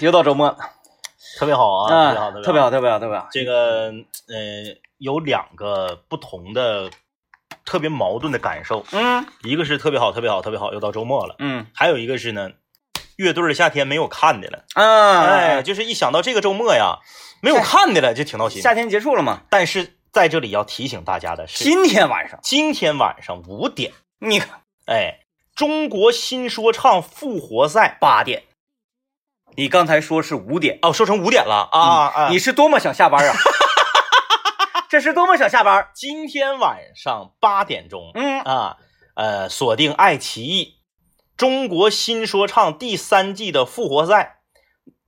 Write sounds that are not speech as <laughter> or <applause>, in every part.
又到周末了特别好啊，特别好，啊，特别好。好，特别好，特别好。这个呃，有两个不同的、特别矛盾的感受，嗯一个是特别好，特别好，特别好，又到周末了；嗯还有一个是呢，乐队的夏天没有看的了，啊，哎，，就是一想到这个周末呀，没有看的了就挺闹心。夏天结束了嘛？但是在这里要提醒大家的是，今天晚上，今天晚上五点，你看哎，中国新说唱复活赛八点，你刚才说是五点哦，说成五点了啊啊！嗯你是多么想下班 <laughs> 啊？这是多么想下班？今天晚上八点钟，嗯啊，呃，锁定爱奇艺《中国新说唱》第三季的复活赛，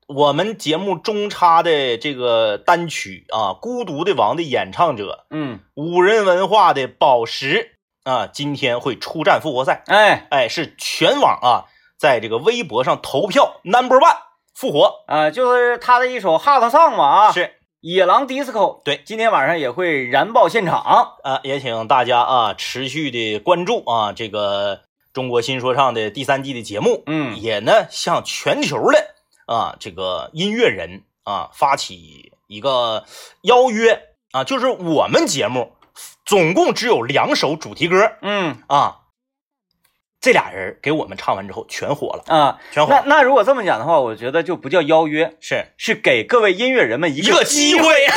我们节目中插的这个单曲啊，《孤独的王》的演唱者嗯，五人文化的宝石啊，今天会出战复活赛，哎哎，是全网啊，在这个微博上投票 number one 复活，啊，就是他的一首《哈特上》嘛啊，是野狼 disco，对今天晚上也会燃爆现场。啊，也请大家啊持续的关注啊这个中国新说唱的第三季的节目，嗯也呢向全球的啊这个音乐人啊发起一个邀约啊，就是我们节目总共只有两首主题歌嗯啊，这俩人给我们唱完之后全火了，啊，全火那了，那如果这么讲的话，我觉得就不叫邀约，是是给各位音乐人们一一个个机机会。 <laughs>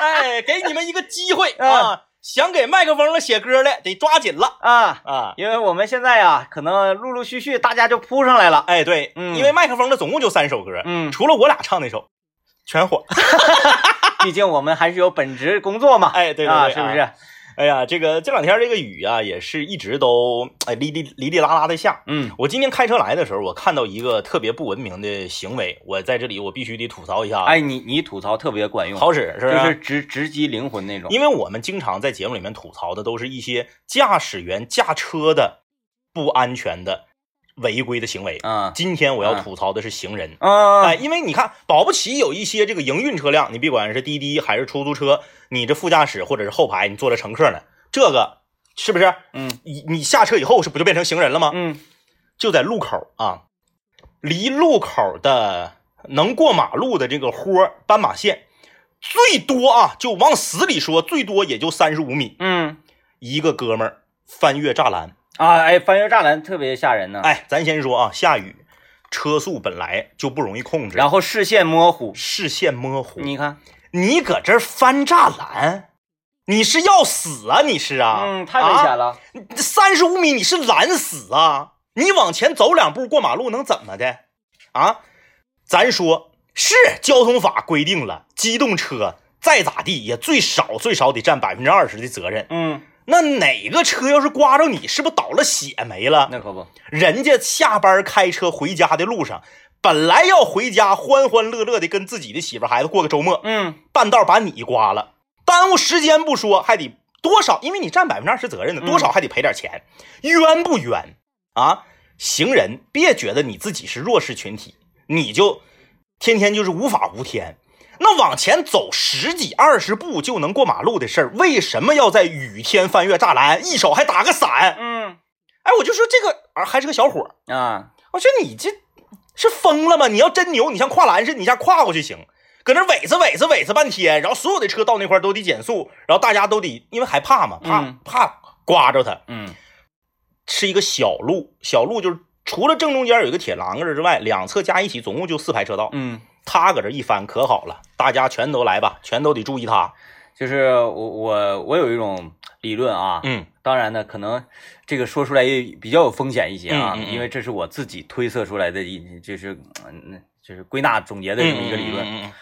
哎，给你们一个机会啊！想给麦克风上写歌的，得抓紧了啊，啊！因为我们现在呀，可能陆陆续续大家就扑上来了。哎，对，嗯因为麦克风的总共就三首歌， <laughs> 嗯除了我俩唱那首，全火。毕竟我们还是有本职工作嘛。 <laughs> 哎，对对对，啊，是不是？哎呀，这个这两天这个雨啊，也是一直都哎哩哩哩哩啦啦的下。嗯我今天开车来的时候，我看到一个特别不文明的行为，我在这里我必须得吐槽一下。，哎，你你吐槽特别管用，啊好使啊是不就是直直击灵魂那种。因为我们经常在节目里面吐槽的都是一些驾驶员驾车的不安全的违规的行为。啊今天我要嗯吐槽的是行人。啊哎，因为你看，保不齐有一些这个营运车辆，你别管是滴滴还是出租车，你这副驾驶或者是后排，你坐着乘客呢，这个是不是？嗯你你下车以后是不就变成行人了吗？嗯就在路口啊，离路口的能过马路的这个豁儿斑马线，最多啊，就往死里说，最多也就三十五米。嗯一个哥们儿翻越栅栏，啊，哎，翻越栅栏特别吓人呢。哎，咱先说啊，下雨，车速本来就不容易控制，然后视线模糊，视线模糊，你看，你搁这儿翻栅栏，你是要死啊？你是啊？嗯，太危险了。了！三十五米你是懒死啊？你往前走两步过马路能怎么的？啊？咱说是交通法规定了，机动车再咋地也最少最少得占百分之二十的责任。嗯，那哪个车要是刮着你，是不是倒了血没了？那可不，人家下班开车回家的路上，本来要回家欢欢乐乐的跟自己的媳妇儿孩子过个周末，嗯半道把你刮了，耽误时间不说，还得多少，因为你占百分之二十责任的，多少还得赔点钱，冤不冤啊？行人别觉得你自己是弱势群体，你就天天就是无法无天。那往前走十几二十步就能过马路的事儿，为什么要在雨天翻越栅栏，一手还打个伞？嗯哎，我就说这个啊，还是个小伙儿，啊，我说你这是疯了吗？你要真牛，你像跨栏似的，你一下跨过去行，搁那尾子尾子尾子半天，然后所有的车到那块儿都得减速，然后大家都得因为害怕嘛，怕、嗯怕刮着他。嗯是一个小路，小路就是除了正中间有一个铁栏杆儿之外，两侧加一起总共就四排车道。嗯，他搁这一翻可好了，大家全都来吧，全都得注意他。就是我我我有一种理论啊，嗯当然呢，可能这个说出来也比较有风险一些啊，嗯嗯嗯因为这是我自己推测出来的一，就是嗯，就是归纳总结的这么一个理论。嗯嗯嗯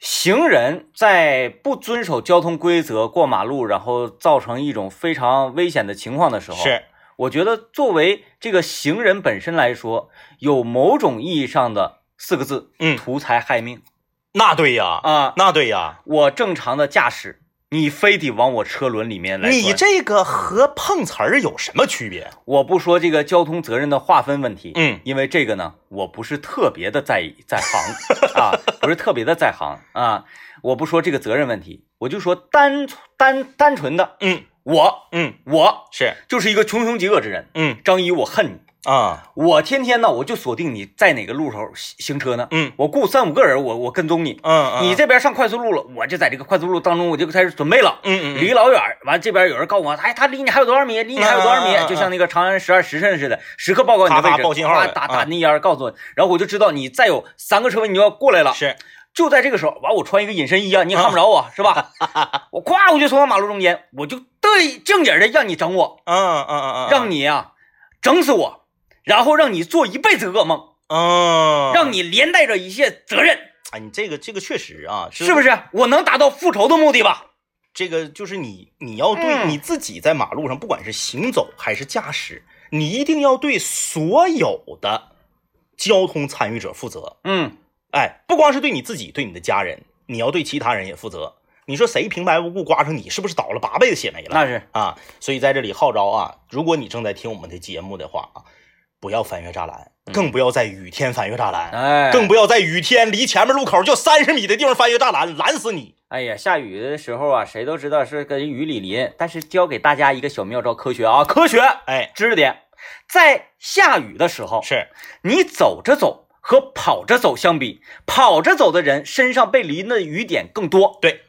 行人在不遵守交通规则过马路，然后造成一种非常危险的情况的时嗯候，是我觉得作为这个行人本身来说，有某种意义上的四个字，嗯图财害命那对呀，啊！那对呀，我正常的驾驶，你非得往我车轮里面来钻，你这个和碰瓷儿有什么区别？我不说这个交通责任的划分问题，嗯因为这个呢，我不是特别的在意在行啊，不是特别的在行啊。我不说这个责任问题，我就说单单单纯的嗯我，嗯，我是就是一个穷凶极恶之人。嗯张一，我恨你，啊，我天天呢，我就锁定你在哪个路口行行车呢？嗯我雇三五个人，我我跟踪你。嗯嗯，你这边上快速路了，我就在这个快速路当中，我就开始准备了。嗯嗯嗯离老远儿，完这边有人告诉我，哎，他离你还有多少米？离你还有多少米？嗯嗯嗯嗯就像那个长安十二时辰似的，时刻报告你的位咔置，咔报信号咔了打嗯打那烟儿告诉我，然后我就知道你再有三个车位你就要过来了。是嗯就在这个时候，完我穿一个隐身衣啊，你也看不着我、是 <laughs> 吧？我咵我就冲到马路中间，我就对正经的让你整我，嗯嗯嗯嗯，让你呀、整死我，然后让你做一辈子噩梦，嗯，让你连带着一切责任，啊，你这个这个确实啊，是不是？我能达到复仇的目的吧？这个就是你，你要对嗯你自己在马路上，不管是行走还是驾驶，你一定要对所有的交通参与者负责。嗯，哎，不光是对你自己，对你的家人，你要对其他人也负责。你说谁平白无故刮上你，是不是倒了八辈子血霉了？那是啊，所以在这里号召啊，如果你正在听我们的节目的话啊，不要翻越栅栏，更不要在雨天翻越栅栏，嗯哎，更不要在雨天离前面路口就三十米的地方翻越栅栏，拦死你！哎呀，下雨的时候啊，谁都知道是跟雨里淋，但是教给大家一个小妙招，科学啊，科学哎，知识点，在下雨的时候，是，你走着走和跑着走相比，跑着走的人身上被淋的雨点更多，对，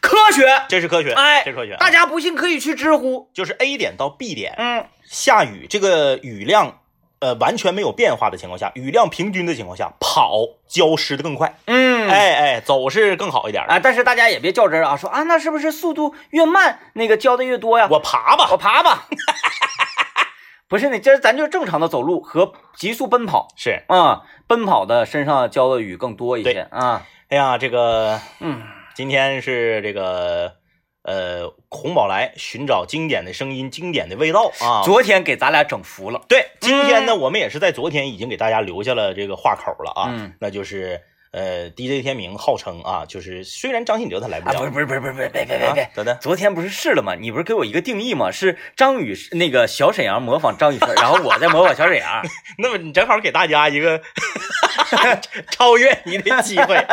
科学，这是科学，哎，这是科学啊，大家不信可以去知乎，就是 A 点到 B 点，嗯下雨这个雨量，呃，完全没有变化的情况下，雨量平均的情况下，跑浇湿的更快，嗯，。哎哎，走是更好一点的。啊！但是大家也别较真儿啊，说啊，那是不是速度越慢，那个浇的越多呀？我爬吧我，爬吧。 <laughs> 不是呢，今儿咱就正常的走路和急速奔跑是，啊、奔跑的身上浇的雨更多一些对啊。哎呀，这个嗯，今天是这个呃，孔宝来寻找经典的声音、经典的味道啊。昨嗯天给咱俩整服了，对，今天呢，我们也是在昨天已经给大家留下了这个话口了啊，嗯那就是呃，DJ 天明号称啊，就是虽然张信哲他来不啊，了，不是不是不是不是，别别别别啊别。咋的？昨天不是试了吗？你不是给我一个定义吗？是张雨那个小沈阳模仿张雨 <laughs> 生，然后我在模仿小沈阳。那么你正好给大家一个 <laughs> 超越你的机 <laughs> 会，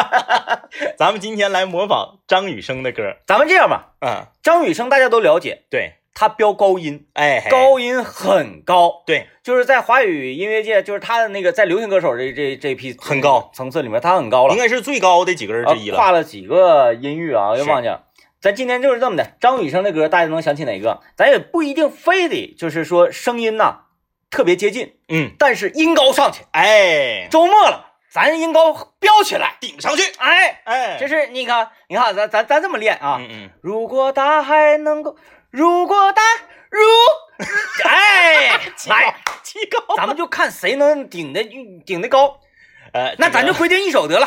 咱们今天来模仿张雨生的歌，咱们这样吧，嗯，张雨生大家都了解，对，他飙高音，哎，嘿，高音很高，对，就是在华语音乐界，就是他的那个在流行歌手这这这批很高层次里面，他很高了应，该是最高的几个人啊之一了，跨了几个音域啊，又是忘记了。咱今天就是这么的，张雨生的歌大家能想起哪个？咱也不一定非得就是说声音呐、特别接近，嗯，但是音高上去。哎，周末了，咱音高飙起来，顶上去，哎，哎，这是，是你看，你看，咱咱咱这么练啊。嗯嗯，如果大海能够，如果大如， <laughs> 哎， <laughs> 来，极高，咱们就看谁能顶得顶得高，呃，那咱这就个规定一首得了，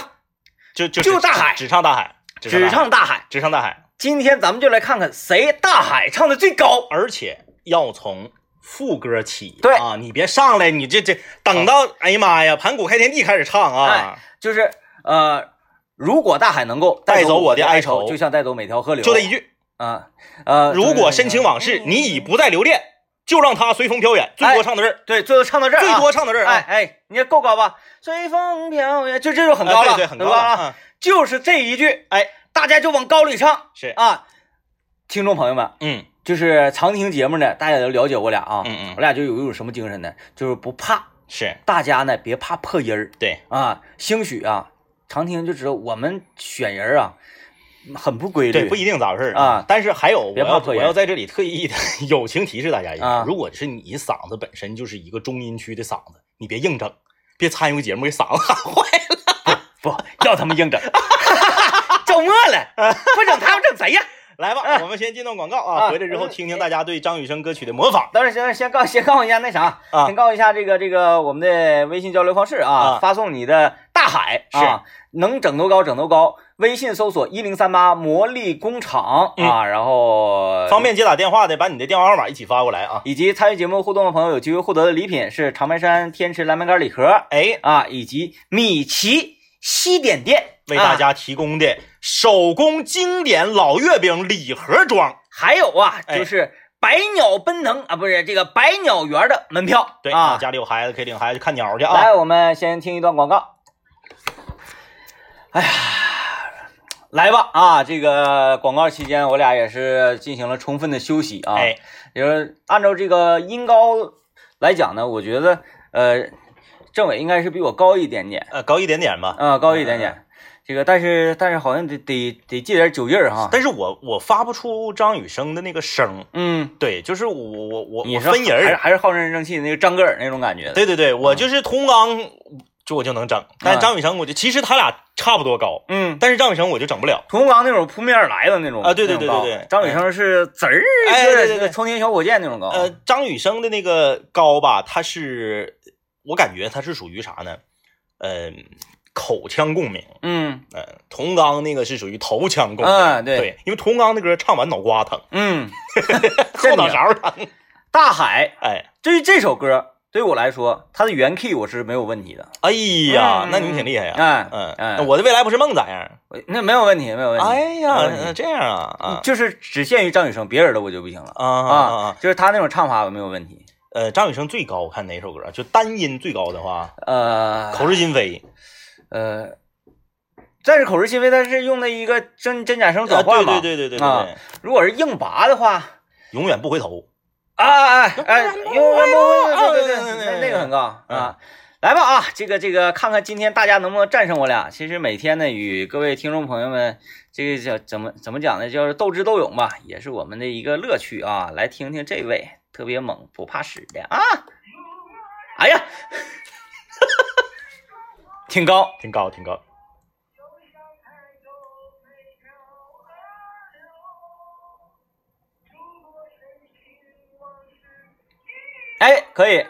就就就只大海只唱大海，只大海唱大海。只唱大海，今天咱们就来看看谁大海唱的最高。而且要从。副歌起，对啊，你别上来，你这这等到，哎呀妈呀，盘古开天地开始唱啊，就是呃，如果大海能够带走走我的的哀愁，愁就像带走每条河流。就这一句，啊，呃，如果深就是情往事你已不再留恋，就让它随风飘远。最多唱到这儿，对，最后唱到这儿、啊，最多唱到这儿啊，哎哎，你看够高吧？随风飘呀，就这就很高了，啊对对，很高对吧了。嗯就是这一句，哎，大家就往高里唱是，啊！听众朋友们，嗯就是常听节目呢，大家都了解我俩啊，嗯嗯我俩就有一种什么精神呢？就是不怕，是大家呢别怕破音儿对，啊，兴许啊，常听就知道我们选人啊很不规律，对，不一定咋回事儿啊但是还有，我别要怕我破音要在这里特意的 <laughs> 友情提示大家一下啊，如果是你嗓子本身就是一个中音区的嗓子，你别硬整，别参与节目给嗓子喊 <laughs> 坏了。不要他们硬整， <laughs> 整末了，不整他们整谁呀？来吧，我们先进段广告啊，哎啊回来之后嗯听听大家对张雨生歌曲的模仿。等会儿先先告先告诉一下那啥，啊先告诉一下这个这个我们的微信交流方式啊，啊发送你的大海是啊，能整多高整多高，微信搜索一零三八魔力工厂、啊，然后嗯方。便接打电话的，把你的电话号码一起发过来啊。以及参与节目互动的朋友有机会获得的礼品是长白山天池蓝莓干礼盒哎，啊，以及米奇西点店为大、啊家提供的手工经典老月饼礼盒装。还有啊，哎就是百鸟奔腾啊，不是这个百鸟园的门票对啊，家里有孩子可以领孩子去看鸟去啊。来，我们先听一段广告。哎呀，来吧啊！这个广告期间，我俩也是进行了充分的休息啊。哎，就是按照这个音高来讲呢，我觉得呃，政委应该是比我高一点点呃，高一点点吧。啊、高一点哎点。这个，但是但是好像得得得借点酒劲儿哈。但是我我发不出张雨生的那个声，嗯，对，就是我我我你我是分人还是嗯儿，还是好声正气的那个张格尔那种感觉的。对对对，我就是童刚，就我就能整，但张雨生我就其实他俩差不多高，嗯，但是张雨生我就整不了。屠洪刚那种扑面而来的那种啊对对那种高对对对张雨生是滋儿，哎就是对对对冲天小火箭那种高。呃，张雨生的那个高吧，他是我感觉他是属于啥呢？嗯、口腔共鸣。嗯嗯、呃，童刚那个是属于头腔共鸣。啊对对，因为童刚的歌唱完脑 <laughs> 瓜疼，嗯，后脑勺疼。大海哎，对于这首歌对于我来说，它的原 key 我是没有问题的。哎呀，嗯那你挺厉害呀、哎嗯，哎那我的未来不是梦咋样？那没有问题，没有问题。哎没呀，有问题那这样啊啊就是只限于张雨生，别人的我就不行了啊啊啊嗯啊啊！。就是他那种唱法我没有问题。呃，张雨生最高，我看哪首歌？啊就单音最高的话，呃，口是心非。呃，但是口是心非，它是用的一个真真假声转呃换对嘛。对对对对对啊对，如果是硬拔的话，永远不回头。啊啊啊哎，因为我我对对啊对，对对那对那个很高啊。来吧啊，这个这个，看看今天大家能不能战胜我俩。其实每天呢，与各位听众朋友们，这个叫怎么怎么讲呢，叫斗智斗勇吧，也是我们的一个乐趣啊。来听听这位特别猛、不怕死的啊！哎呀，挺高，挺高，<laughs> 挺高。哎，可以。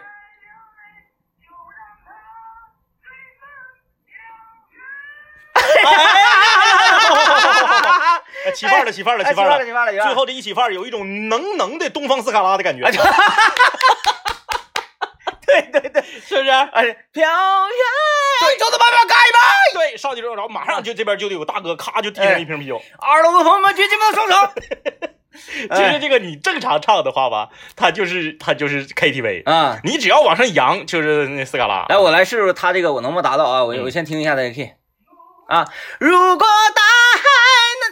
哎起范儿了，起范儿了，哎起起范范儿儿了了，起范儿了，起范儿了最后这一起范儿，有一种浓浓的东方斯卡拉的感哎觉，啊对对对，是不是？哎，哎，飘远，对，就这么着干吧。 <laughs> 对，上去之后，然后马上就这边就得有大哥，咔就递上一瓶啤酒。二楼的朋友们举起你们的双手。其哎实这个你正常唱的话吧，它就是它就是 KTV，啊，你只要往上扬就是那斯卡拉。来，我来试试他这个我能不能达到啊？我嗯我先听一下他的 key 啊。如果大海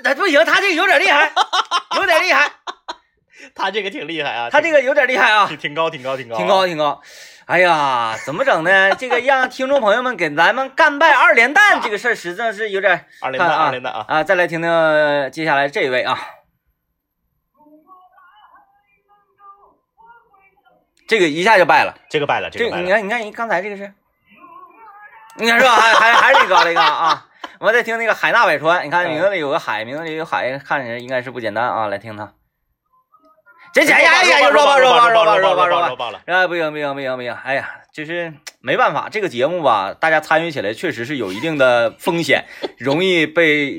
那那不行，他这个有点厉害，有点厉害，他这个挺厉害啊，他这个有点厉害啊挺，挺高，挺高，挺高，挺高挺高。哎呀，怎么整呢？这个让听众朋友们给咱们干败二连弹这个事儿，实在是有点二连看弹，啊二连弹啊！啊。再来听听呃接下来这位啊，这个一下就败了。这个败了，这这个败你了。看，你看，你刚才这个是，你看是吧？还还还是挺高的一个啊！我们再听那个海纳百川，你看嗯名字里有个海，名字里有海，看起来应该是不简单啊！来听它，这 <laughs> 这哎 <laughs> 呀呀呀，肉吧肉吧肉吧肉吧肉吧！吧了，啊，不行不行不行不行！哎呀，就是没办法，这个节目吧，大家参与起来确实是有一定的风险，容易被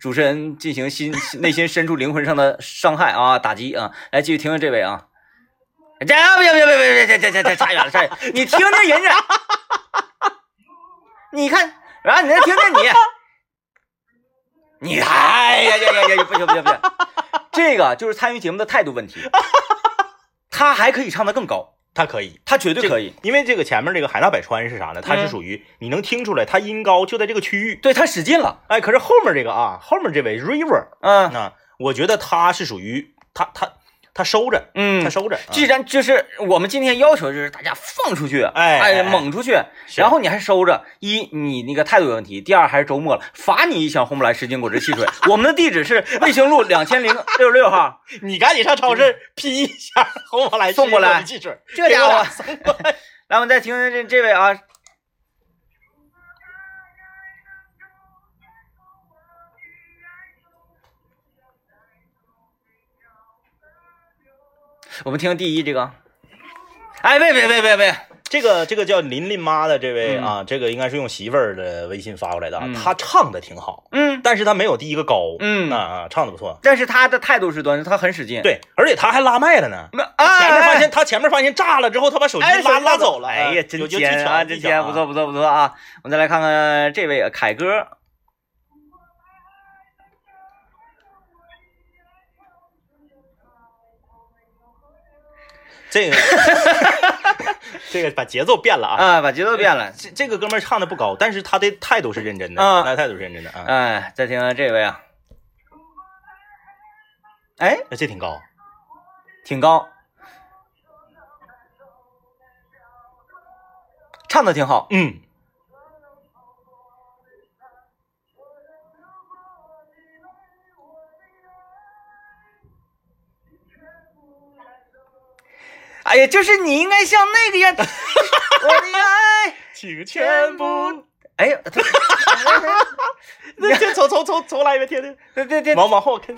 主持人进行心内心深处灵魂上的伤害啊，打击啊！来，继续听听这位啊，这不行不行不行不行，这这这这差远了差远了！你听听人家，你看，然后你再听听你，你哎呀呀呀呀！不行不行不行，这个就是参与节目的态度问题。他还可以唱得更高，他可以。他绝对这可以。，嗯因为这个前面这个海纳百川是啥呢？它是属于你能听出来，它音高就在这个区域。对他使劲了，哎，可是后面这个啊，后面这位 River 嗯啊，我觉得他是属于他他他收着，他嗯。收着，啊既然就是我们今天要求，就是大家放出去，哎哎猛出去，是然后你还收着。一，你那个态度有问题；第二，还是周末了，罚你一箱红不来十斤果汁汽水。 <laughs> 我们的地址是卫星路两千零六十六号。你赶紧上超市批一下 <laughs> 红宝来送过来汽水，这家伙送过来。 <laughs> 来，我们再听听这这位啊，我们听第一这个。哎，别别别别别，这个这个叫琳琳妈的这位嗯啊，这个应该是用媳妇儿的微信发过来的啊嗯，她唱的挺好，嗯，但是她没有第一个高，嗯啊啊，唱的不错，但是他的态度是端正，他很使劲。，对，而且她还拉麦了呢。没啊，前面发哎现他前面发现炸了之后，他把手机哎，拉手机拉走了。哎呀，啊真有有技尖巧啊，有技真巧尖，不错不错不错啊！我们再来看看这位凯哥。这个这个把节奏变了啊。啊，把节奏变了。这这个哥们儿唱的不高，但是他的态度是认真的，啊他的态度是认真的啊。哎，再听听这位啊，哎，那这挺高，挺高。唱的挺好，嗯，哎呀，就是你应该像那个样， <laughs> 我的爱请全部。哎呀，他 <laughs> 那这重重重重来一遍，听听。对对对，往往后看，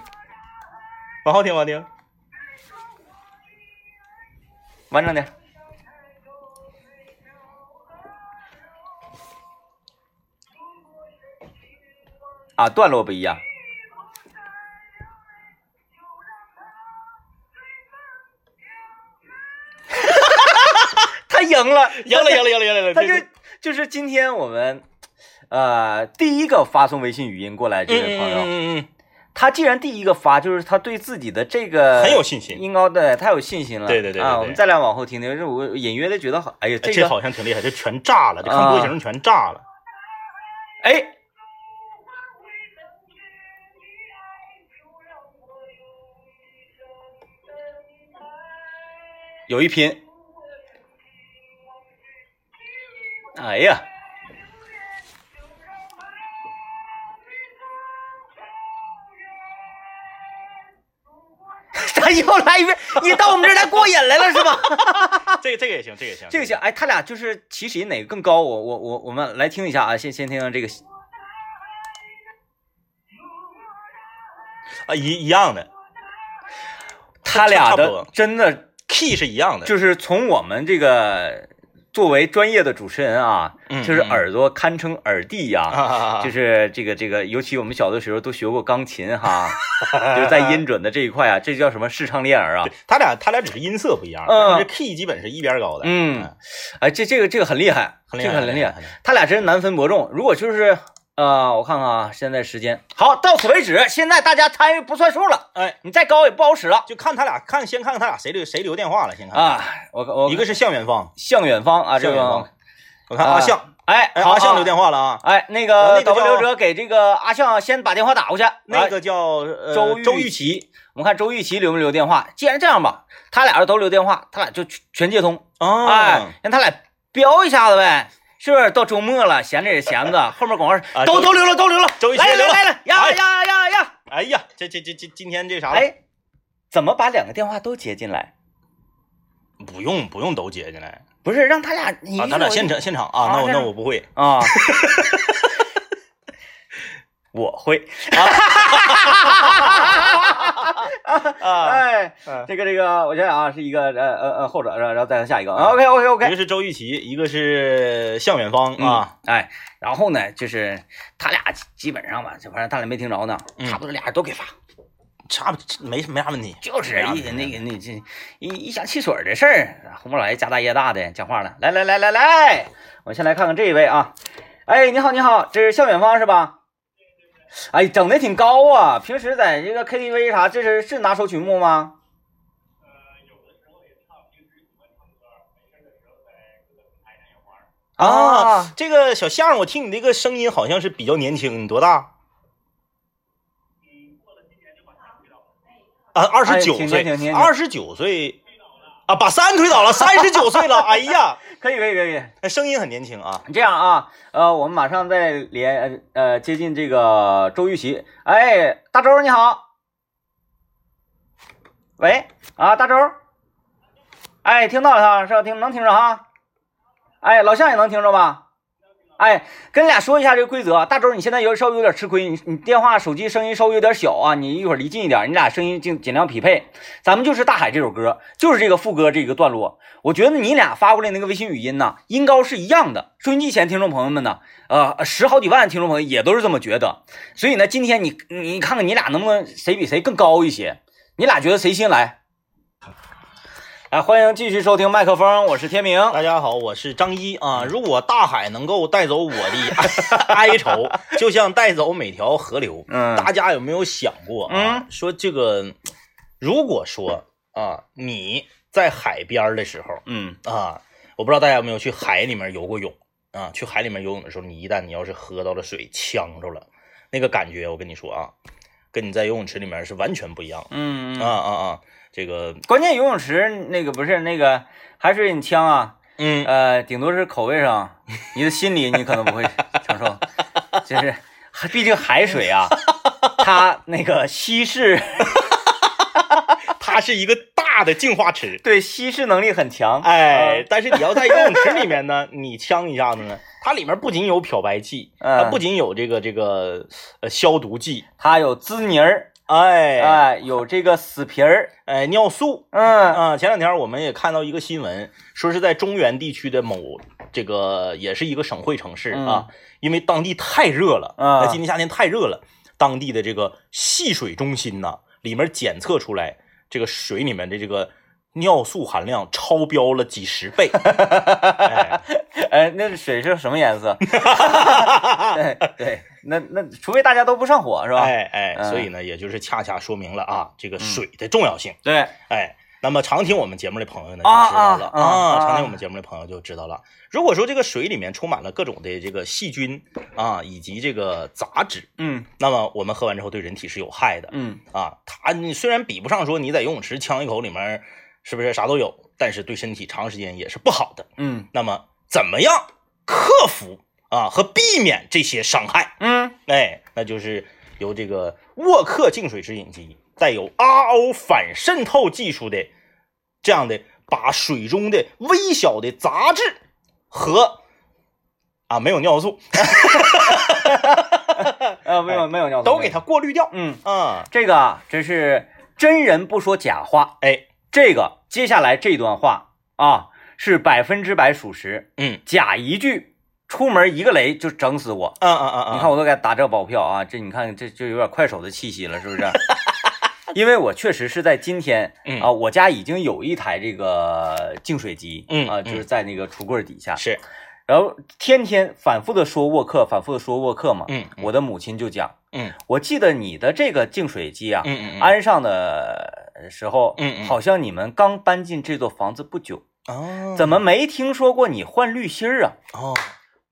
往后听，往后听。完整点。啊，段落不一样。 <laughs> 他赢了，赢了，赢了，赢了，赢了！赢了他就就是今天我们呃第一个发送微信语音过来这位嗯朋友，嗯嗯他既然第一个发，就是他对自己的这个很有信心音高的太有信心了。对对对对啊，对我们再来往后听听，就是我隐约的觉得好，哎呀，嗯，个这好像挺厉害，这全炸了，这看啊波形全炸了。哎，有一拼。哎呀， <laughs> 咱又来一遍，你到我们这儿来过瘾来了是吧？这个这个也行，这个也行，这个行，哎，他俩就是其实哪个更高？我我我我们来听一下啊，先先听听这个啊，一一样的他俩差不的多真的 key 是一样的，就是从我们这个作为专业的主持人啊，嗯就是耳朵堪称耳帝呀、啊，就是这个这个，尤其我们小的时候都学过钢琴 <laughs> 哈，就是在音准的这一块啊，这叫什么视唱练耳啊？他俩他俩只是音色不一样，嗯但是 key 基本是一边高的。嗯，哎，这这个这个很厉害，很厉害这个很厉害，很厉害他俩真是难分伯仲。如果就是呃，我看看啊，现在时间好，到此为止，现在大家参与不算数了，哎，你再高也不好使了就看他俩看，先看看他俩谁留谁留电话了，先看，啊！我我一个是向远方，向远方啊，这向个远方，我看啊阿向，哎，哎，好阿向啊留电话了啊，哎，那啊那个个导播叫刘哲给这个阿向先把电话打过去。那啊个叫呃周周玉玉琪，我们看周玉琪留没留电话。既然这样吧，他俩要都留电话，他俩就全全接通。啊，哎，让他俩飙一下子呗，是不是？到周末了，闲着也闲着， <laughs> 后面广告啊都周都留了，都留了。周玉琪来来留了来来，呀哎呀呀呀！哎呀，这这这这今天这啥了？哎，怎么把两个电话都接进来？不用不用都接进来不是让他俩你啊，咱俩现场现场啊，啊那我现那场我不会， <laughs> 啊。我 <laughs> 会，啊，哎，啊这个这个，我想想啊，是一个呃呃呃后者，然后然后再看下一个。OK 啊嗯 OK OK，一个是周玉琪，一个是向远方啊，嗯，哎，然后呢，就是他俩基本上吧，这玩意儿他俩没听着呢，嗯差不多俩人都给发，差不没没啥问题，就是没啥一问题那个那这一一想汽水的事儿，红不老爷家大业大的讲话了，来来来来来，我先来看看这一位啊，哎，你好你好，这是向远方是吧？哎，整的挺高啊！平时在这个 KTV 啥，这是是拿手曲目吗？呃，有的时候也唱，平时喜欢唱歌，没事的时候在各个平台上也玩。啊，，这个小向，我听你这个声音好像是比较年轻，你多大？啊，二哎十九挺岁年轻挺年，轻二十九岁，啊，把三推倒了，三十九岁了， <laughs> 哎呀，可以可以可以，那声音很年轻啊，这样啊，呃，我们马上再连呃呃接近这个周玉琪。哎，大周你好，喂啊，大周，哎，听到了哈，是吧？听能听着哈？哎，老向也能听着吧？哎，跟俩说一下这个规则啊，大周，你现在有稍微有点吃亏，你你电话手机声音稍微有点小啊，你一会儿离近一点，你俩声音尽尽量匹配。咱们就是《大海》这首歌，就是这个副歌这个段落，我觉得你俩发过来那个微信语音呐，音高是一样的。收音机前听众朋友们呢，呃，十好几万听众朋友也都是这么觉得。所以呢，今天你你看看你俩能不能谁比谁更高一些？你俩觉得谁先来？来，欢迎继续收听麦克风，我是天明。大家好，我是张一嗯啊。如果大海能够带走我的 <laughs> 哀愁，就像带走每条河流。嗯大家有没有想过啊？嗯说这个，如果说啊，你在海边儿的时候嗯啊，我不知道大家有没有去海里面游过泳啊？去海里面游泳的时候，你一旦你要是喝到了水，呛着了，那个感觉，我跟你说啊，跟你在游泳池里面是完全不一样的、嗯嗯，啊啊啊！这个关键游泳池那个不是那个海水很呛啊，嗯，呃，顶多是口味上， <laughs> 你的心理你可能不会承受，就是还毕竟海水啊，它那个稀释， <laughs> 它是一个大的净化池，对稀释能力很强， <laughs> 哎，但是你要在游泳池里面呢， <laughs> 你呛一下子呢，它里面不仅有漂白剂，嗯它不仅有这个这个呃消毒剂，它有滋泥儿，哎哎，有这个死皮儿，哎尿素嗯， <laughs> 啊、前两天我们也看到一个新闻，说是在中原地区的某这个也是一个省会城市啊，因为当地太热了，嗯那今年夏天太热了，当地的这个戏水中心呐、里面检测出来这个水里面的这个尿素含量超标了几十倍。哎哎，那水是什么颜 <laughs> 色？对对，那那除非大家都不上火是吧？哎哎，嗯所以呢，也就是恰恰说明了啊，这个水的重要性。对，哎，那么常听我们节目的朋友呢，就啊知道了啊啊常听我们节目的朋友就知道了。如果说这个水里面充满了各种的这个细菌啊，以及这个杂质，嗯那么我们喝完之后对人体是有害的嗯，啊。它你虽然比不上说你在游泳池呛一口里面是不是啥都有，但是对身体长时间也是不好的。嗯那么怎么样克服啊和避免这些伤害？嗯，哎，那就是由这个沃克净水直饮机带有 RO 反渗透技术的这样的，把水中的微小的杂质和啊没有尿素呃，没有没有尿素，哎都给它过滤掉嗯，啊。这个啊真是真人不说假话，哎，这个接下来这段话啊是百分之百属实，嗯，假一句，出门一个雷就整死我。啊啊啊啊！你看我都给打这保票啊，这你看这就有点快手的气息了，是不 <laughs> 是？因为我确实是在今天嗯啊，我家已经有一台这个净水机，嗯啊，嗯就是在那个橱柜底下，是，然后天天反复的说沃克，反复的说沃克嘛，嗯嗯我的母亲就讲，嗯我记得你的这个净水机啊，嗯嗯嗯安上的时候，嗯嗯好像你们刚搬进这座房子不久，哦怎么没听说过你换滤芯儿啊？哦，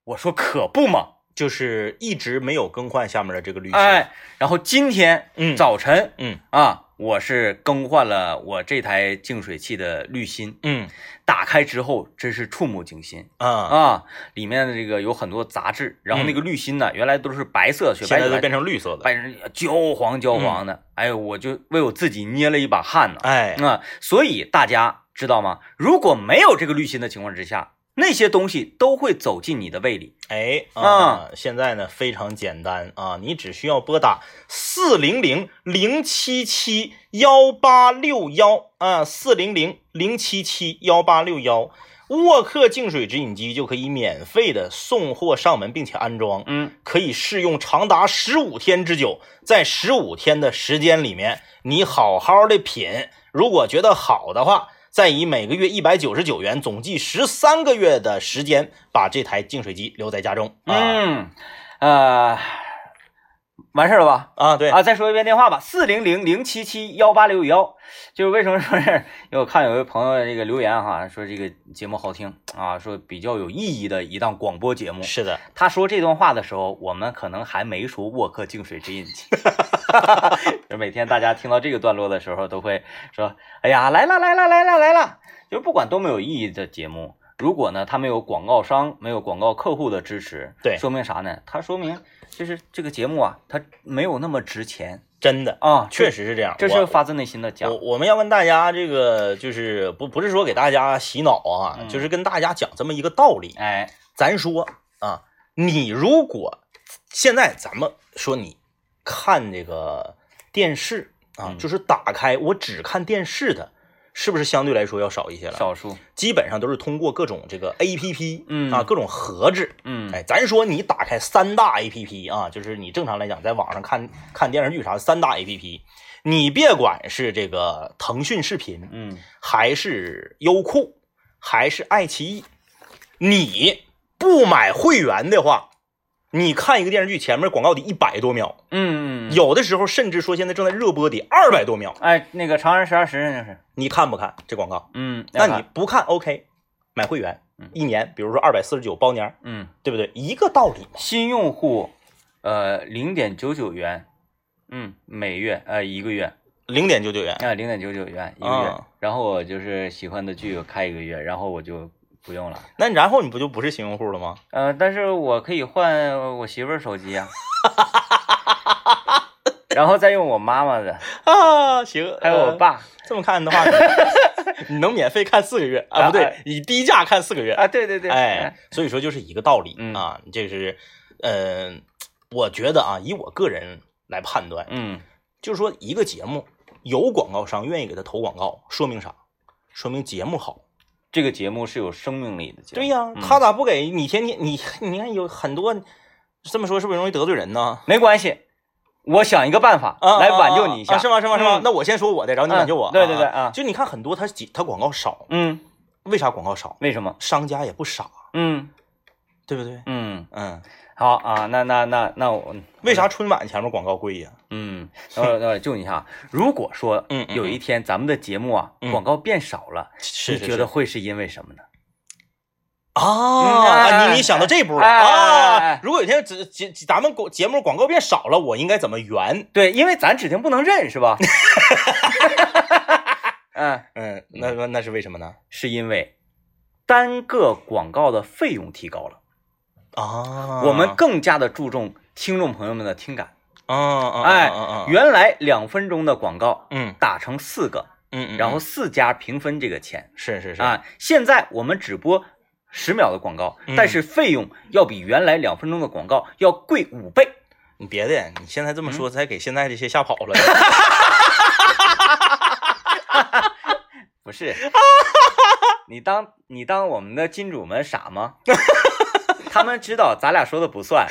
我说可不嘛，就是一直没有更换下面的这个滤芯，哎，然后今天嗯早晨，嗯啊，我是更换了我这台净水器的滤芯，嗯打开之后真是触目惊心啊，啊！里面的这个有很多杂质，然后那个滤芯呢，原来都是白色雪嗯白现在色都的，变嗯成绿色的，白成焦黄焦黄的，哎呦，我就为我自己捏了一把汗呢。哎，啊，所以大家知道吗？如果没有这个滤芯的情况之下，那些东西都会走进你的胃里。哎啊现在呢非常简单啊，你只需要拨打四零零零七七幺八六幺啊，四零零零七七幺八六幺，沃克净水直饮机就可以免费的送货上门，并且安装，嗯，可以试用长达十五天之久，在十五天的时间里面，你好好的品，如果觉得好的话，再以每个月一百九十九元，总计十三个月的时间，把这台净水机留在家中。啊、嗯，呃，完事儿了吧？啊，对，啊，再说一遍电话吧，四零零零七七幺八六幺。就是为什么说是，因为我看有位朋友这个留言哈，说这个节目好听啊，说比较有意义的一档广播节目。是的，他说这段话的时候，我们可能还没说沃克净水直饮机。 <laughs> 就每天大家听到这个段落的时候，都会说：“哎呀，来了来了来了来了！”就是不管多么有意义的节目，如果呢它没有广告商、没有广告客户的支持，对说明啥呢？它说明就是这个节目啊，它没有那么值钱真的，啊。确实是这样。这，这我是发自内心的讲我。我们要跟大家这个就是不不是说给大家洗脑啊，嗯就是跟大家讲这么一个道理。哎，咱说啊，你如果现在咱们说你看这个电视啊嗯，就是打开我只看电视的，是不是相对来说要少一些了？少数，基本上都是通过各种这个 A P P，嗯啊，各种盒子。嗯，哎，咱说你打开三大 A P P 啊，就是你正常来讲在网上看看电视剧啥，三大 A P P，你别管是这个腾讯视频，嗯，还是优酷，还是爱奇艺，你不买会员的话，你看一个电视剧前面广告得一百多秒，嗯，嗯，有的时候甚至说现在正在热播得二百多秒，哎，那个《长安十二时辰》就是，你看不看这广告？嗯，要那你看，不看 OK，买会员嗯，一年比如说二百四十九包年儿，嗯。对不对？一个道理嘛。新用户，呃，零点九九元，嗯，每月呃一个月，零点九九元，啊零点九九元一个月。啊然后我就是喜欢的剧我开一个月，然后我就不用了。那然后你不就不是新用户了吗？呃，但是我可以换我媳妇儿手机呀、然后再用我妈妈的，啊，行，还有我呃。爸、这么看的话， <laughs> 你你能免费看四个月啊？不啊对哎，以低价看四个月。啊，对对对，哎，，所以说就是一个道理嗯啊，这是，呃，我觉得啊，以我个人来判断，嗯，就是说一个节目有广告商愿意给他投广告，说明啥？说明节目好。这个节目是有生命力的节目，对呀、嗯他咋不给你天天你你看有很多这么说是不是容易得罪人呢？没关系，我想一个办法、啊，来挽救你一下，啊是吗？是吗？是吗？嗯那我先说我的，然后你挽救嗯我。对对对啊啊就你看很多他几他广告少，嗯，为啥广告少？为什么？商家也不傻，嗯对不对？嗯，嗯，好啊，那那那那我，为啥春晚前面广告贵呀、嗯，那我那我就你一下啊，如果说嗯嗯有一天咱们的节目啊嗯广告变少了，是你是觉是得会是因为什么呢？啊啊，你你想到这步嗯了哎哎哎啊哎！如果有一天节节咱们广节目广告变少了，我应该怎么圆？对，因为咱指定不能认，是 <laughs> 吧？嗯，嗯，那那那是为什么呢？是因为单个广告的费用提高了，啊，我们更加的注重听众朋友们的听感。啊啊，哎啊，原来两分钟的广告嗯打成四个，嗯嗯，然后四家平分这个钱是是是，啊。现在我们只播十秒的广告，但是费用要比原来两分钟的广告要贵五倍。你别的，你现在这么嗯说，才给现在这些吓跑 <laughs> 了。不是，你当你当我们的金主们傻 <laughs> 吗？他们知道咱俩说的不算，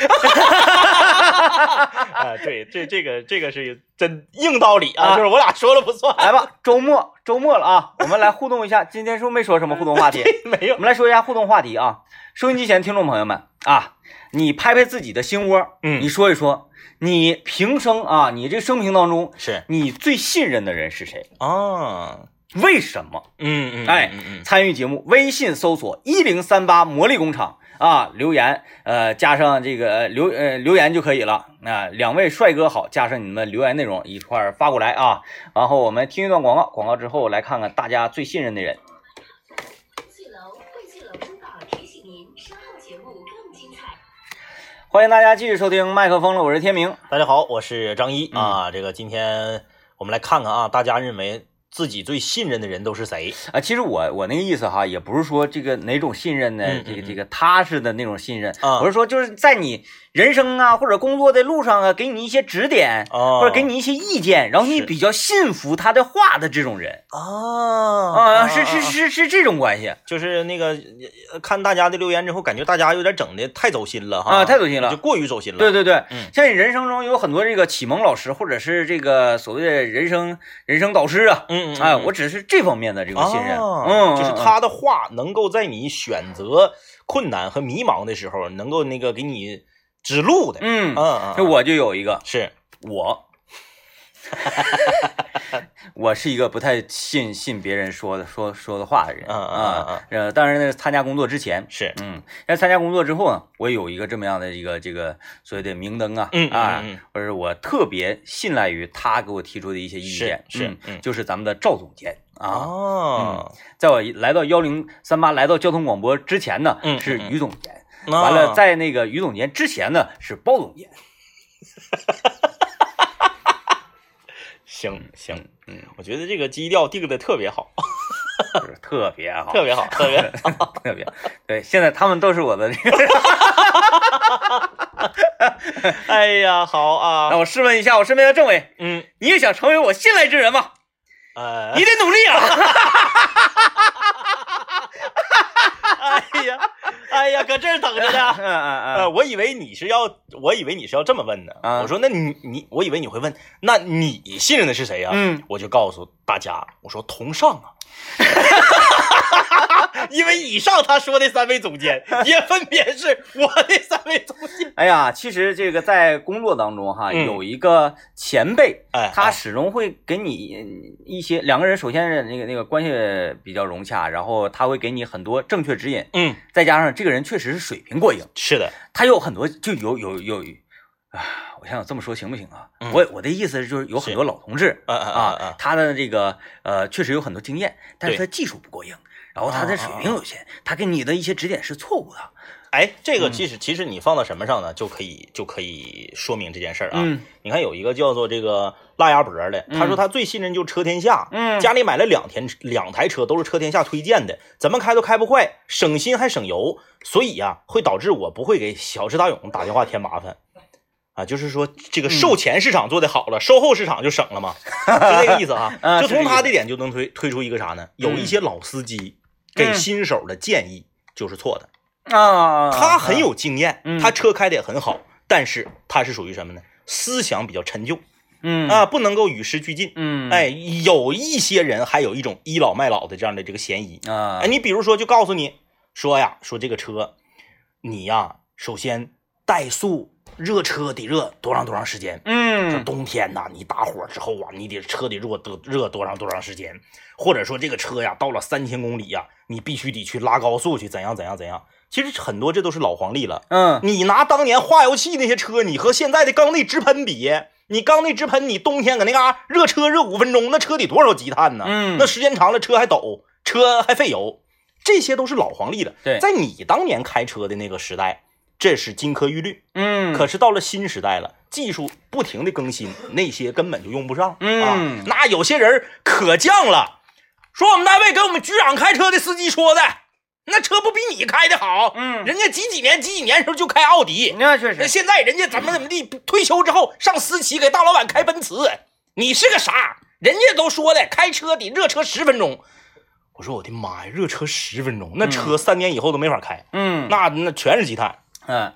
啊，对，这这个这个是真硬道理啊，啊就是我俩说了不算， <laughs> 来吧，周末周末了啊，我们来互动一下。今天是不是没说什么互动话 <laughs> 题？没我有，们来说一下互动话题啊，收音机前听众朋友们啊，你拍拍自己的心窝，嗯你说一说，你平生啊，你这生平当中，是你最信任的人是谁？啊，为什么？嗯嗯，哎嗯嗯，参与节目，微信搜索一零三八魔力工厂啊，留言呃加上这个呃留呃留言就可以了啊、两位帅哥好，加上你们留言内容一块儿发过来啊。然后我们听一段广告，广告之后来看看大家最信任的人。翠楼汇翠楼珠宝提醒您，稍后节目更精彩。欢迎大家继续收听麦克风了，我是天明。大家好，我是张一嗯啊，这个今天我们来看看啊，大家认为自己最信任的人都是谁？啊，其实我我那个意思哈，也不是说这个哪种信任呢，嗯这个嗯这个踏实的那种信任，啊我是说就是在你人生啊或者工作的路上啊，给你一些指点，啊，或哦者给你一些意见，然后你是比较信服他的话的这种人啊啊，是哦是，是是这种关系就是那个呃看大家的留言之后，感觉大家有点整的太走心了哈，啊，太走心就了。过于走心了。对对对嗯，像你人生中有很多这个启蒙老师，或者是这个所谓的人生人生导师啊，嗯，嗯嗯哎，我只是这方面的这个啊信任，嗯，就是嗯，他的话能够在你选择困难和迷茫的时候，能够那个给你指路的。嗯嗯，嗯，这嗯我就有一个，是我， <laughs> 我是一个不太信信别人说的说说的话的人嗯嗯啊。呃，当然呢，参加工作之前，是，嗯，在参加工作之后呢，我有一个这么样的一个这个所谓的明灯啊，嗯啊嗯嗯，或者是我特别信赖于他给我提出的一些意见，是是嗯嗯，就是咱们的赵总监啊，哦，在我来到幺零三八来到交通广播之前呢嗯，是嗯嗯于总监。那完了，在那个于总监之前呢是包总 <laughs> 监，行行，嗯，我觉得这个基调定的特别好，就是特别好，特别 <laughs> 好，特别好 <laughs> 特别对，现在他们都是我的这个。哎呀，好那啊，我试问一下我身边的政委，嗯，你也想成为我信赖之人吗？呃，你得努力 <laughs> 啊！哎呀，哎呀，搁这儿等着呢。 <laughs> 嗯嗯呃，嗯，我以为你是要，我以为你是要这么问的。啊我说，那你你，我以为你会问，那你信任的是谁呀、啊嗯，我就告诉大家，我说同上 <laughs> 啊，因为以上他说的三位总监也分别是我的三位总监。哎呀，其实这个在工作当中哈，嗯有一个前辈，哎他哎始终会给你一些两个人，首先是那个那个关系比较融洽，然后他会给你很多正确指引，嗯，再加上这个人确实是水平过硬，是的，他有很多就有有有，啊，我想想这么说行不行啊？嗯我我的意思就是有很多老同志，啊啊啊啊啊，他的这个呃确实有很多经验，但是对他技术不过硬，然后他的水平有啊限，他给你的一些指点是错误的。啊哎，这嗯个其实其实你放到什么上呢，就可以就可以说明这件事儿啊。嗯你看有一个叫做这个辣鸭脖的，他说他最信任就车天下，嗯家里买了两天两台车，都是车天下推荐的，怎么开都开不坏，省心还省油，所以呀、会导致我不会给小志大勇打电话添麻烦。啊，就是说这嗯个售前市场做的好了，售后市场就省了嘛，就这个意思啊。 <laughs> 啊就是这从个他意这点就能推推出一个啥呢？有一些老司机嗯给新手的建议就是错的。啊，他很有经验，嗯他车开的也很好，但是他是属于什么呢？思想比较陈旧嗯啊，不能够与时俱进。嗯哎，有一些人还有一种倚老卖老的这样的这个嫌疑。啊哎，你比如说，就告诉你说呀，说这个车，你呀，首先怠速热车得热多长多长时间。这嗯冬天呐、你打火之后啊，你得车得热多热多长多长时间，或者说这个车呀，到了三千公里呀，你必须得去拉高速去怎样怎样怎样。其实很多这都是老黄历了。嗯你拿当年化油器那些车，你和现在的缸内直喷比，你缸内直喷，你冬天搁那嘎、热车热五分钟，那车得多少积碳呢？嗯那时间长了车还抖，车还费油，这些都是老黄历了。对在你当年开车的那个时代，这是金科玉律。嗯，可是到了新时代了，技术不停的更新，那些根本就用不上。啊嗯，那有些人可犟了，说我们单位跟我们局长开车的司机说的，那车不比你开的好。嗯人家几几年几几年时候就开奥迪，那确那实现在人家怎么怎么地，退休之后上私企给大老板开奔驰，你是个啥？人家都说的开车得热车十分钟。我说我的妈呀，热车十分钟，那车三年以后都没法开，嗯那那全是积碳。嗯。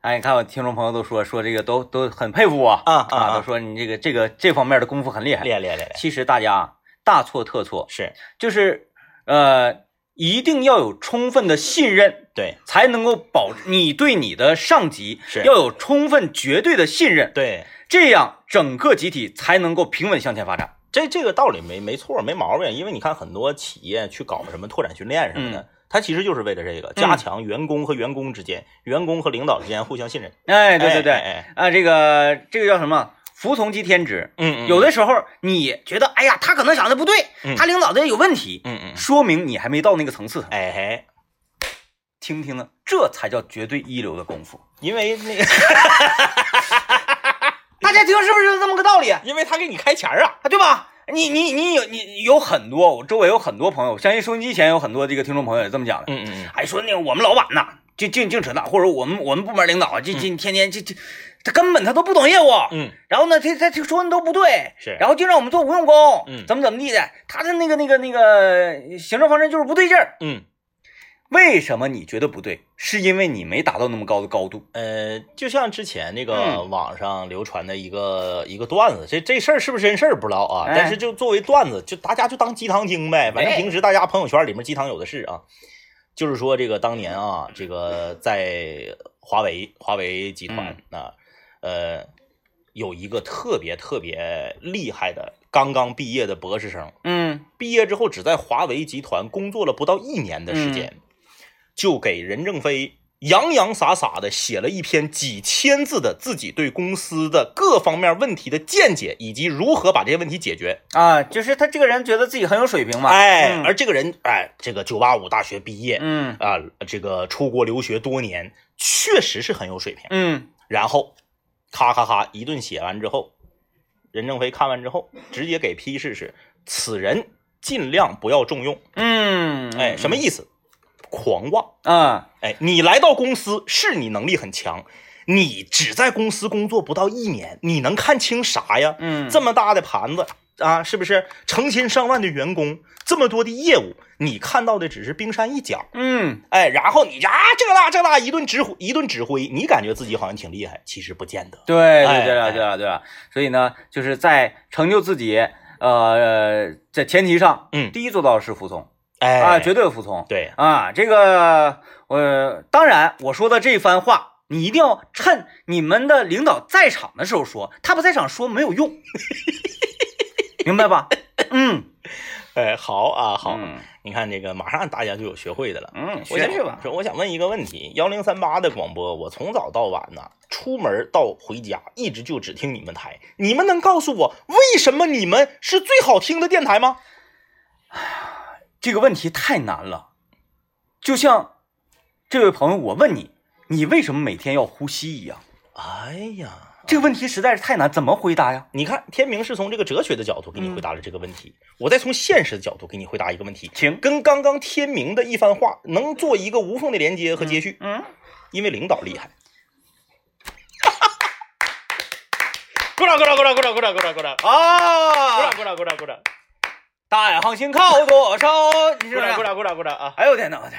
哎，你看我听众朋友都说说这个都都很佩服我啊啊啊啊，都说你这个这个这方面的功夫很厉害。练练练练，其实大家大错特错，是就是呃，一定要有充分的信任，对才能够保你对你的上级是要有充分绝对的信任，对，这样整个集体才能够平稳向前发展。这这个道理没没错，没毛病。因为你看很多企业去搞什么拓展训练什么嗯的，它其实就是为了这个加强员工和员工之间、员工和领导之间互相信任。哎，对对对，哎哎哎啊，这个这个叫什么？服从即天职。嗯有的时候你觉得，哎呀，他可能想的不对，嗯他领导的有问题，嗯嗯，说明你还没到那个层次。哎嘿，听听呢，这才叫绝对一流的功夫。因为那个， <laughs> 嗯大家听是不是这么个道理？因为他给你开钱儿啊。啊，对吧？你你你有你有很多，我周围有很多朋友，相信收音机前有很多这个听众朋友也这么讲的，嗯嗯还说那个我们老板呐，就净净扯淡，或者我们我们部门领导啊这这天天这这，他根本他都不懂业务，嗯，然后呢，他他他说的都不对，是然后就让我们做无用功，嗯怎么怎么地的，他的那个那个那个行政方针就是不对劲儿。嗯，为什么你觉得不对？是因为你没达到那么高的高度。呃，就像之前那个嗯网上流传的一个、一个段子，这这事儿是不是真事儿不知道啊，哎但是就作为段子，就大家就当鸡汤听呗，反正哎平时大家朋友圈里面鸡汤有的是啊。就是说这个当年啊，这个在华为华为集团嗯啊，呃，有一个特别特别厉害的刚刚毕业的博士生，嗯毕业之后只在华为集团工作了不到一年的时嗯间，就给任正非洋洋洒洒的写了一篇几千字的自己对公司的各方面问题的见解，以及如何把这些问题解决。啊，就是他这个人觉得自己很有水平嘛。哎，嗯而这个人，哎，这个九八五大学毕业，嗯啊、这个出国留学多年，确实是很有水平。嗯然后，咔咔咔一顿写完之后，任正非看完之后，直接给批示是：此人尽量不要重用。嗯，哎，什么意思？狂妄。啊？哎，你来到公司是你能力很强，你只在公司工作不到一年，你能看清啥呀？嗯，这么大的盘子啊，是不是成千上万的员工，这么多的业务，你看到的只是冰山一角。嗯哎，然后你啊，这个那这个那一顿指挥一顿指挥，你感觉自己好像挺厉害，其实不见得。，对对哎对哎了对了对了，所以呢，就是在成就自己呃这前提上，嗯第一做到的是服从哎，啊，绝对服从。对，啊，这个呃，当然我说的这番话，你一定要趁你们的领导在场的时候说，他不在场说没有用， <laughs> 明白吧？嗯，哎，好啊，好，嗯你看这个，马上大家就有学会的了。嗯，我学想去吧。说，我想问一个问题：幺零三八的广播，我从早到晚呐、出门到回家，一直就只听你们台。你们能告诉我为什么你们是最好听的电台吗？这个问题太难了。就像这位朋友，我问你，你为什么每天要呼吸一样，哎呀，这个问题实在是太难，怎么回答呀？你看，天明是从这个哲学的角度给你回答了这个问题，我再从现实的角度给你回答一个问题，请，跟刚刚天明的一番话能做一个无缝的连接和接续，嗯，因为领导厉害。鼓掌！鼓掌！鼓掌！鼓掌！鼓掌！鼓掌！鼓掌！啊，鼓掌！鼓掌！鼓掌！鼓掌！大海航行靠多少？你是鼓不是掌！鼓掌！鼓掌！鼓掌！啊！哎呦我天哪，我天！